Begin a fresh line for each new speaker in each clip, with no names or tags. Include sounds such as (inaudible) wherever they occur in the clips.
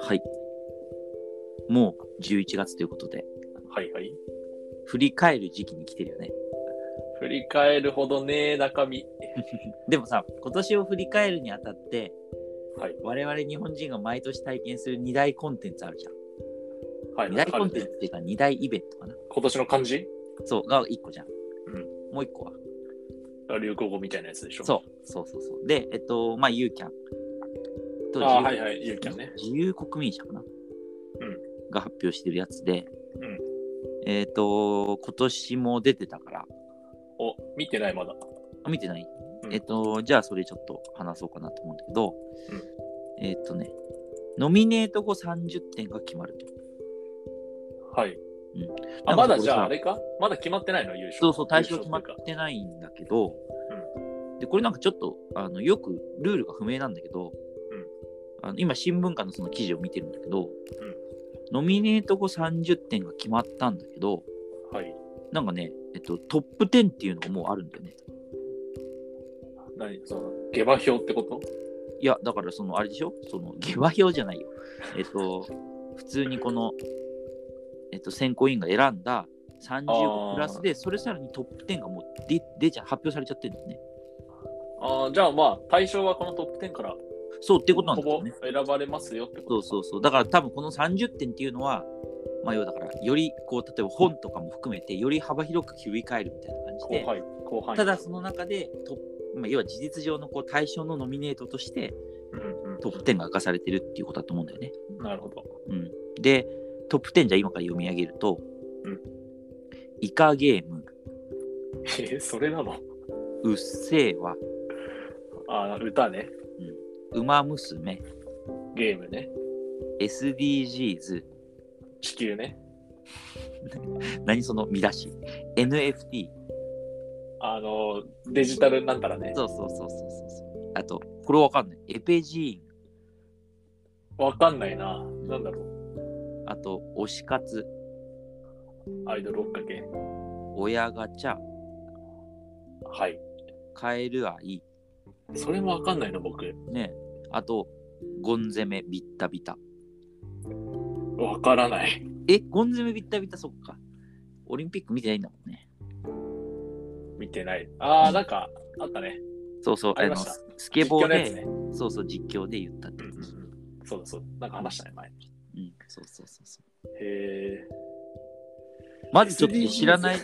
はい。もう11月ということで、
はいはい。
振り返る時期に来てるよね。
振り返るほどね、中身。
でもさ、今年を振り返るにあたって、
はい。
我々日本人が毎年体験する2大コンテンツあるじゃん。
はい。
2大コンテンツ
彼
っていうか2大イベントかな。
今年の漢字
そう、が1個じゃん。
うん
もう1個は。
流行語みたいなやつでしょ。
そう、そうそうそう。で、えっと、まあ、ユーキャン。と
ああ、
自
は
由
いはい。ゆうきゃんね。
自由国民者かな、
ん
が発表してるやつで、
うん
えっ、と、今年も出てたから、
お、見てないまだ。
あ見てない、
うん
えっと、じゃあそれちょっと話そうかなと思うんだけど、
うん
えっとね、ノミネート後30点が決まると。
はい。
うん
あ、まだじゃああ
れ
れかまだ決まってないの優勝。
そうそう、対象
優
決ま
勝
っ
とい
て
うか
ないんだけど、で、これなんかちょっと、あのよくルールが不明なんだけど、
うん
あの今新聞館のその記事を見てるんだけど、ノミネート後30点が決まったんだけど、
はい。
なんかね、えっと、トップ10っていうのがもうあるんだよね。
何その、下馬評ってこと
いや、だからその、あれでしょその、下馬評じゃないよ。えっと、普通にこの、えっと、選考委員が選んだ30プラスで、それさらにトップ10がもう出出ちゃ、発表されちゃってるんだよね。
ああ、じゃあまあ、対象はこのトップ10から、
そうってことなん
ほ
だよ
ぼ
ね。
選ばれますよってこ
そうそうそう。だから多分この30点っていうのは、まあ要はだから、よりこう、例えば本とかも含めて、より幅広く振り返るみたいな感じ
と。
で
後、輩、後輩。
ただ、その中でトップ、まあ、要は事実上のこう対象のノミネートとして
うんうん
トップ10が明かされてるっていうことだと思うんだよね。
なるほど。 (laughs)
うん、でトップ10じゃあ今から読み上げると、
うん
イカゲーム、
えー、それなの
うっせぇわ、
あー歌ね。
ウマ娘、
ゲームね。
SDGs、
地球ね。
何その見出し、NFT、
あの、デジタルなんたらね。
そうそうそうそうそうそう。あと、これわかんない。エペジー
わかんないな。なんだろう。
ン、あと、推し活、
アイドル追っかけ。
親ガチャ、
はい。
カエル愛、
それもわかんないの、僕。
ね、あと、ゴン攻め、ビッタビタ。
わからない。 (laughs)
え、ゴン攻めビッタビタそっか。オリンピック見てないんだもんね。
見てない。あー、なんか、あったね。
そうそう、
ありました
ススケボー
実況のやつ
で、
ね。
そうそう、実況で言ったって
うん
や
うん
つ。
うん。そうだそうだ。なんか話したね、前。
うん、そうそうそうそう。
へ
まずちょっと
SDGs
知らない、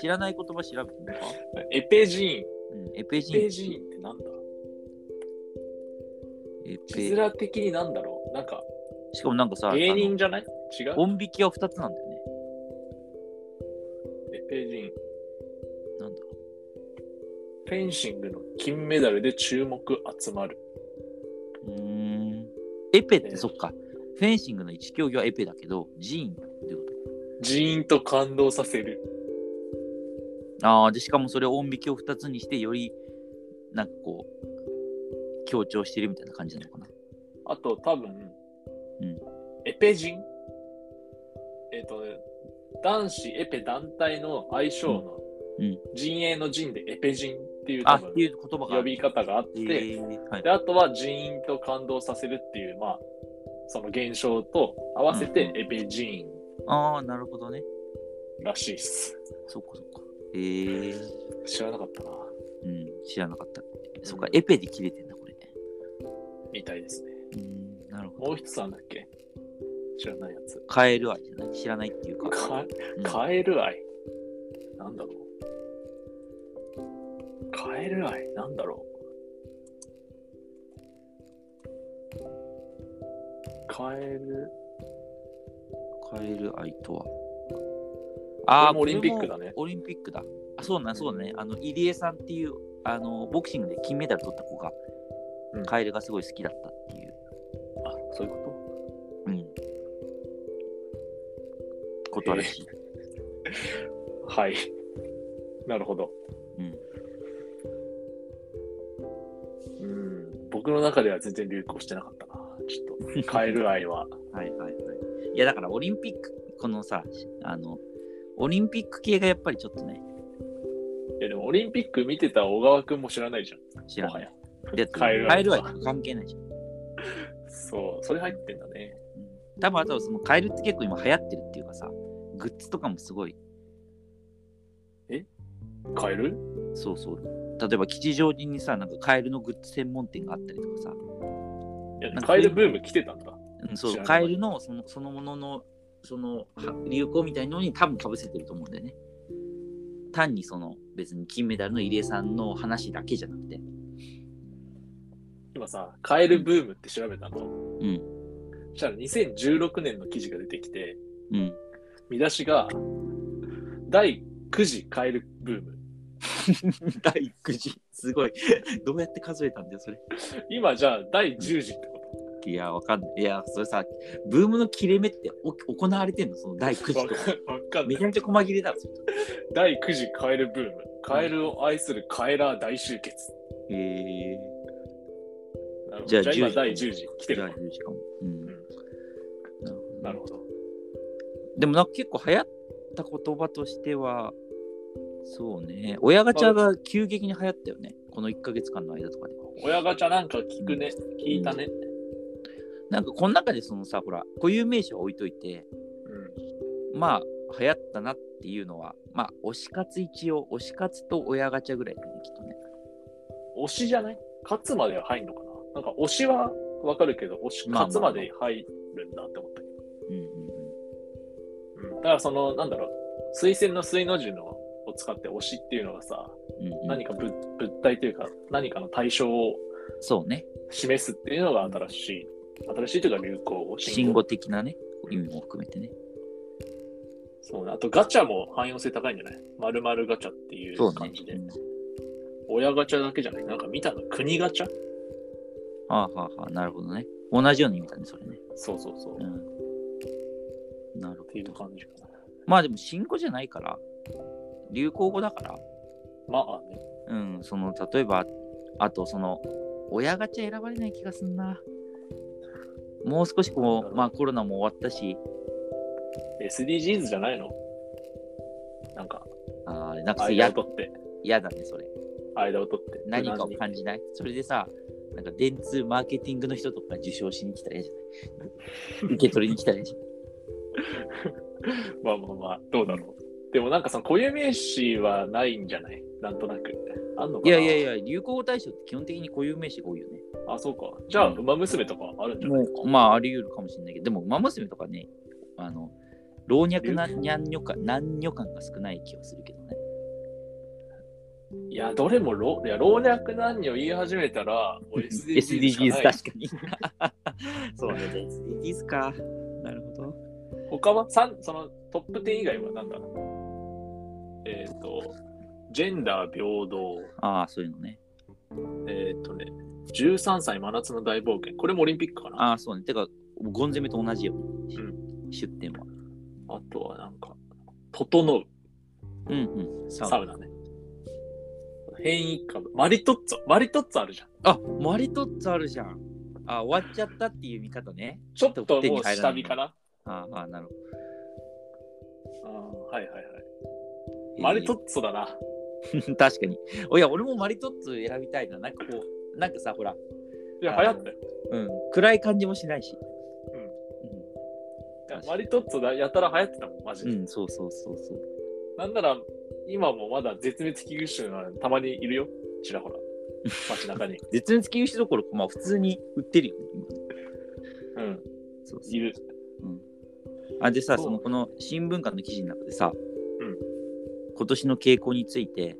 知らない言葉調べてみるか。
ー。エペジーン。
うん、エペ
エ
ジー
ペ
ン。
ジーンってなんだ
エ
字
ペ
面的になんだろう。なんか、
しかもなんかさ、
芸
あ
人じゃない違
の
う
音引きは2つなんだよね。
エペジーン。
なんだ
フェンシングの金メダルで注目集まる。
うーん。エペってそっか。フェンシングの一競技はエペだけど、ジーンってこ
ジーンと感動させる。
と。ああ、で、しかもそれを音引きを2つにして、より、なんかこう、強調してるみたいな感じなのかな。
あと多分、
うん
エペ人えっ、とね、男子エペ団体の相性の
うんうん
陣営の陣でエペ人っていう
あ、
多
って
分
いう言葉があ
呼
る。
び方があっ
え
て、
ーはい
で、あとは人員と感動させるっていう、まあ、その現象と合わせ
う
て
ん
エペ人
ああ、なるほどね。
らしいっす。
そっかそっか。えー、
知らなかったな。
うん、知らなかった。そっか、エペで切れてんだ、これ。
みたいですね。
うん、なるほど。
もう一つなんだっけ知らないやつ。
カエル愛じゃない知らないっていうか。
か
うん
カエル愛なんだろうカエル愛なんだろうカエル
カエル愛とは。ああ、
これもオリンピックだね
これもオリンピックだ。あ、そうだね、そうだね。あの、入江さんっていう、あの、ボクシングで金メダル取った子が、
うん
カエルがすごい好きだったっていう、
あそういうこ
うん、ことらしい。
とはいなるほど
うん。
うん僕の中では全然流行してなかったなちょっとカエル愛
は
は
いはいはい。いやだからオリンピック、このさ、あの、オリンピック系がやっぱりちょっとね、
いやでもオリンピック見てた小川君も知らないじゃん
知ら
もは
ない。
や
で、
カエル
カエルは関係ないじゃん。う
そう、それ入ってんだね。
ん多分あとはそのカエルって結構今流行ってるっていうかさ、グッズとかもすごい、
カエル
そうそう。例えば吉祥寺にさ、なんかカエルのグッズ専門店があったりとかさ、
いや
なんか
カエルブーム来てたんだ。
うん、そ
知
う
らない
カエルのそのそのもののそのは流行みたいのに多分かぶせてると思うんだよね。単にその別に金メダルの入江さんの話だけじゃなくて。
今さ、カエルブームって調べたの。
うん。
そしたら2016年の記事が出てきて、 (laughs)
うん。
見出しが、第9次カエルブーム。
第9次。すごい。どうやって数えたんだよ、それ。
今じゃあ第10次ってこ
いや、わかんない。いや、それさ、ブームの切れ目ってお行われてんのその第9
と。
次
わ
と
か
か。
んわかん
(laughs)
な
め
い
ち。ゃめちゃ細切れだろ。それ
第9次カエルブーム。カエルを愛するカエラー大集結。
へえ。
なるほど
じ
じ
ゃ
ゃ
あ
あ今
10時
第10次来て
じゃあ
る。
10時かも。うん。な
ん
るほどね
なるほど。
でもなんか結構流行った言葉としては、そうね、親ガチャが急激に流行ったよね、この1ヶ月間の間とかで。
親ガチャなんか聞くね。聞いたね。
なんかこの中でそのさ、ほら、固有名詞は置いといて、
う
まあ流行ったなっていうのは、まあ推し活一応、推し活と親ガチャぐらいだね、きっとね。
ん。推しじゃない勝つまでは入んのかななんか推しはわかるけど、推し、
まあまあ
勝つまで入るんだって思ったけ
うんうん
ど。うん。だからその、なんだろう。推薦の水の字のを使って推しっていうのがさ、
うんうんうん。
何か物物体というか、何かの対象を
そうね、
示すっていうのが新しい。新しいというか流行、
信号的なね、意味も含めてね。
そうね。あとガチャも汎用性高いんじゃない丸々ガチャってい
そううね
感じで。。親ガチャだけじゃない。なんか見たの国ガチャ
はあはあはあ、なるほどね。同じような意味だね、それね。
そうそうそう。
う
っ
ん。なるほ
ていう
ど。
感じかな。
まあでも新語じゃないから、流行語だから、
まあね。
うん、その例えば、あとその、親ガチャ選ばれない気がすんな。もう少しこう、まあコロナも終わったし、
SDGs じゃないのなんか、
あーなんか
間
や
を取って、
やだね、それ。
間を取って。
何かを感じない。それでさ、なんか電通マーケティングの人とか受賞しに来たら嫌じゃない。受け (laughs) 取りに来たら嫌じゃない。
まあまあまあ、どうだろう。でもなんかその固有名詞はないんじゃないなんとなく。あんの
い
かな
やいやいや、流行語大賞って基本的に固有名詞が多いよね。
あ、そうか。じゃあ、
うん
馬娘とかあるんじゃない
もうまああり得るかもしれないけど、でも、馬娘とかね、あの、老若なにゃんにょか、なんにょ感が少ない気がするけどね。
いや、どれも老いや老若男女言い始めたら、もう SDGs し
SDGs
か
確か
ない。
に。 (laughs) そうね、SDGs か。なるほど。
他は三そのトップ10以外は何だえっ、と、ジェンダー平等、
ああ、そういうのね。
えっ、とね、13歳真夏の大冒険。これもオリンピックかなあ
ああ、そうね。てか、ゴン攻めと同じよ。
ん
出店は。
とはなんか、整う、
うんうん。サウ
サウナね。変異株。マリトッツォ。マリトッツォあるじゃん。
あ、マリトッツォあるじゃん。あ終わっちゃったっていう見方ね。
ちょっと
手
も
に入
う
らな
下
い
火かな。
ああ、なるほ
あーはいはいはい。 (laughs)
ど。
マリトッツォだな。
(laughs) 確かに。いや、俺もマリトッツォ選びたいな。なんかこう、なんかさ、ほら、
いや、流行ったよ。
うん、暗い感じもしないし。
いやマリトッツォだやたら流行ってたもん、マジ
う
で。
ん、うん、そうそうそうそう。
なんなら、今もまだ絶滅危惧種がたまにいるよ、ちらほら。街
(laughs)
中に。
絶滅危惧種どころか、まあ普通に売ってるよね。今
うん、
そうそう
いる。
あでさ
そう
そのこの新聞館の記事の中でさ、
うん
今年の傾向について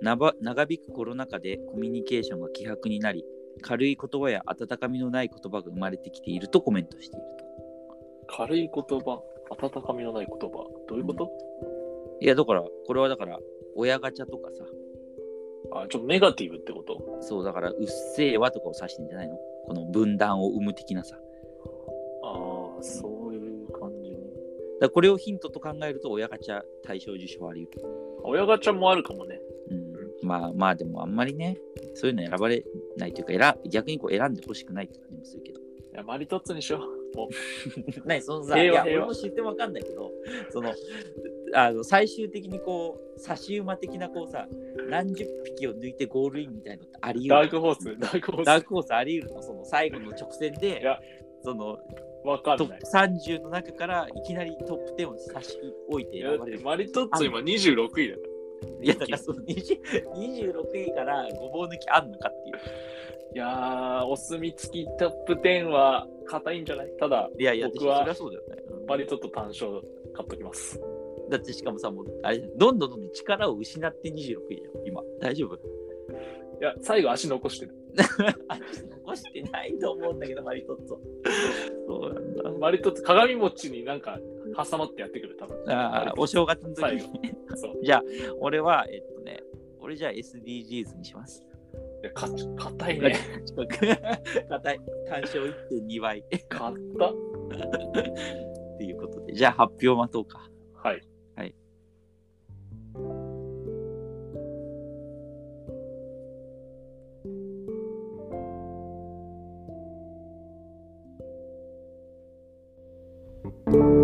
なば長引くコロナ禍でコミュニケーションが希薄になり軽い言葉や温かみのない言葉が生まれてきているとコメントしていると。
軽い言葉、温かみのない言葉。どういうこと、
いやだからこれはだから親ガチャとかさ
あ、ちょっとネガティブってこと
そうだからうっせえわとかを指してんじゃないのこの分断を生む的なさ。だか
ああ、そういう感じに。
らこれをヒントと考えると親ガチャ大賞受賞はあり得る
親ガチャもあるかもね。
うん、まあまあでもあんまりねそういうの選ばれないというか選逆にこう選んでほしくないって感じもするけ (laughs) ど
いや、マリトッツォにしよう。もう
何そのさい
平和
や
平
俺
和
も知ってもわかんないけどそのあの最終的にこう差し馬的なこうさ何十匹を抜いてゴールインみたいなのってあり
ダ
得
ー
る
クホース、ダークホ
ダー
ー
クホースあり得るのその最後の直線で
いや
その
ス、わか
ト
んな
ッ
い
プ。30の中からいきなりトップ10を差し置いて
い
選
や
ばれる
マリトッツォ今26位だよ。
いやだからその20 26位からごぼう抜きあんのかっていう
いやー、お墨付きトップ10は硬いんじゃないただ、
いやいや
僕は
そりゃそうだよね、うん
マリトッツォ単勝買っときます。
だってしかもさもうあれどんどんどんどん力を失って26位だよ今大丈夫 (laughs)
いや、最後足残してる。
残してないと思うんだけどマリトッツォそうなんだ
マリトッツォ、鏡餅になんか挟まってやってくる、多分。
ああ、お正月の時
最
に
後。そう。
じゃあ、俺は、えっとね、俺じゃあ SDGs にします。
いや、か、硬
(laughs)
いね。
硬い。単勝1.2倍っ
硬っ。
ていうことで。じゃあ、発表待とうか。
はい。
thank you